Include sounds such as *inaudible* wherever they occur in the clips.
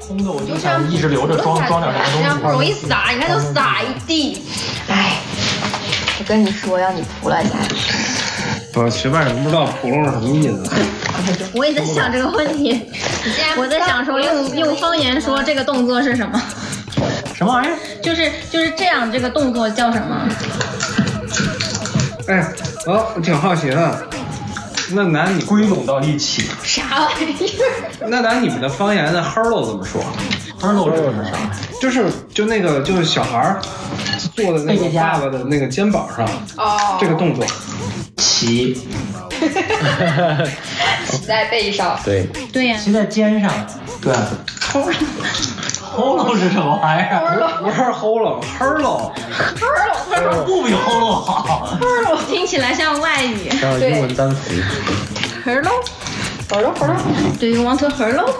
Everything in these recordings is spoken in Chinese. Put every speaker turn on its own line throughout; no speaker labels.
空的我就想一直留着装装点
哎
什么东西。
这样不容易撒，你看都撒一地。哎，我跟你说，让你扑了一下。
我学外人不知道“窟窿”是什么意思。
我也在想这个问题， *laughs* 我在想说用用方言说这个动作是什么，
什么玩意儿？
就是就是这样，这个动作叫什么？
哎，哦，我挺好奇的。那拿你
归拢到一起。
啥玩意儿？
那拿你们的方言的 “hello” 怎么说？
二楼这是啥？
就是就那个就是小孩儿坐在那个爸爸的那个肩膀上
哦，
这个动作，
骑，
骑在背上。
对，
对呀、
骑在肩上，对，
啊
喉咙是什么玩意儿？
不是 “hello”，hello，
不比喉咙好。
听起来像外语。
然后英文单词
Hello，
活着活着，
do you want to hello？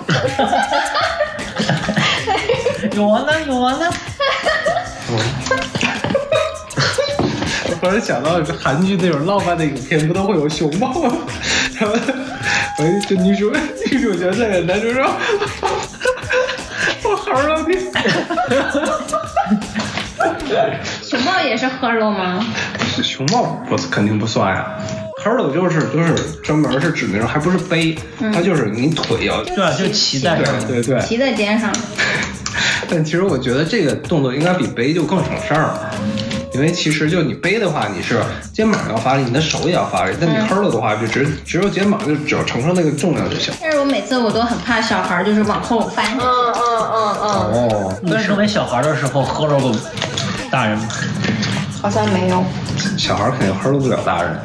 有完了，有完了。
我突然想到韩剧那种浪漫的影片，不都会有熊猫吗？ *laughs* 然后，哎，就女主 *laughs* 女主角在给男主说：“ *laughs* 我 hello 你。”
熊猫也是 hello 吗？
熊猫不肯定不算呀、Hurdle 就是就是专门是指那种，还不是背，它就是你腿要。
对，啊就骑在上
对对对，
骑在肩上。
但其实我觉得这个动作应该比背就更省事儿了，因为其实就你背的话，你是肩膀要发力，你的手也要发力，但你 hurdle 的话，就只只有肩膀就只要承受那个重量就行。
但是我每次我都很怕小孩儿，就是往后翻。
嗯嗯嗯嗯，
哦，
你成为小孩的时候喝着过大人吗？
好像没有。
小孩儿肯定 hurdle 不了大人，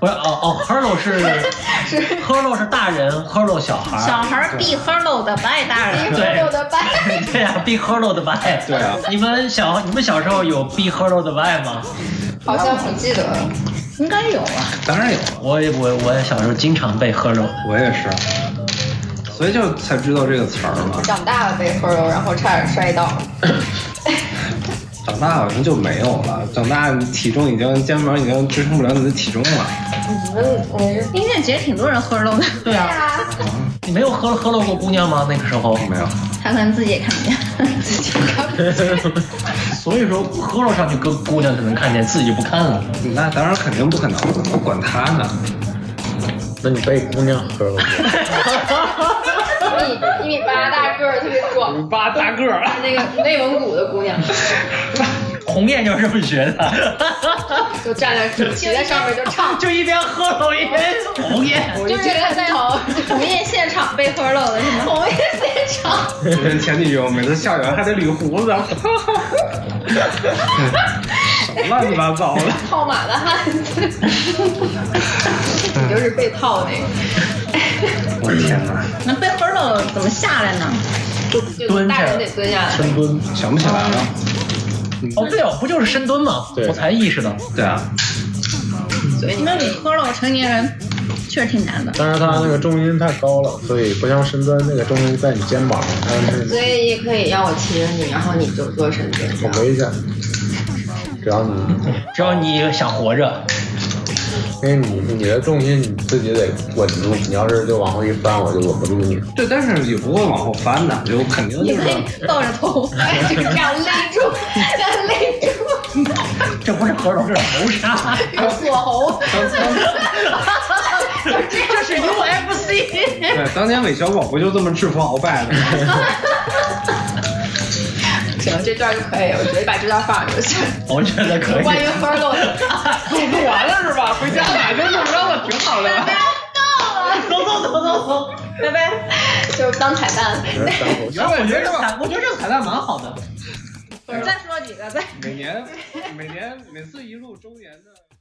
不是哦哦，Hello 是 Hello 是大人，Hello 小孩
小
儿。
孩儿必 hello 的白大人。
对
六的八，
对啊呀，Be Hello 的 Y。
对啊
你们小你们小时候有 Be Hello 的 Y 吗？
好像不记得了。
应该有啊，
当然有了，
我也我我也小时候经常被 Hello。
我也是，所以就才知道这个词儿嘛。
长大了被喝了，然后差点摔 *laughs* 倒。
长大好像就没有了，长大你体重已经肩膀已经支撑不了你的体重了。
你们你
音乐节挺多人 hello 的，
对啊，
啊，
你没有 Hello Hello 过姑娘吗？那个时 *laughs* 候
没有，
他可能自己也看不见，自己看不见。
所以说 Hello 上去跟姑娘可能看见，自己就不看了。
那当然肯定不可能，我管他呢。
那你被姑娘喝了过？
一米一米八大个儿，特别壮，
八大个儿，
那个内蒙古的姑娘
红艳就是这么学的，
*laughs*
就站在就骑在上面就 *laughs* 唱，
就一边 Hello 一边红艳。
就是在头，
红叶现场被 hello 的是吗？
我也在唱。
就跟前女友每次校园还得捋胡子，乱七八糟的。
套马的汉 *laughs* 子，你就是被套的那个。
我的天哪，
那被 hello 怎么下来呢？
就
蹲下
大人得蹲下来。
深蹲，
想不起来了。
哦对哦，不就是深蹲吗？
对
我才意识到。
对啊，
那被 hello 成年人确实挺难的。
但是它那个重音太高了，所以不像深蹲那个重音在你肩膀上，它
所
是
以也可以让我骑着你，然后你就做深蹲，这
很
样
危险。只要你，
只要你想活着，
因为你你的重心你自己得稳住，你要是就往后一翻，我就稳不住你。
对，但是也不会往后翻的，就肯定
你
就
可
是。
以抱着头，
哎，就这样勒住，这样勒住，
这不是合同，这是谋
*laughs*
杀，
*laughs* 有锁 *laughs* 喉。
这是 UFC。
对，当年韦小宝不就这么制服鳌拜的
*laughs*
吗？
行，这段就可以，我觉得把这段放上就行。
我觉得可以。
关于 Hello 的，
*laughs* 录完了是吧？回家把这弄扔了，挺好的。
走走走走走。
拜拜，就是当彩蛋。
原本觉得
我觉得这个彩蛋蛮好的。
再说几个，再。
每年每年每次一录周年的。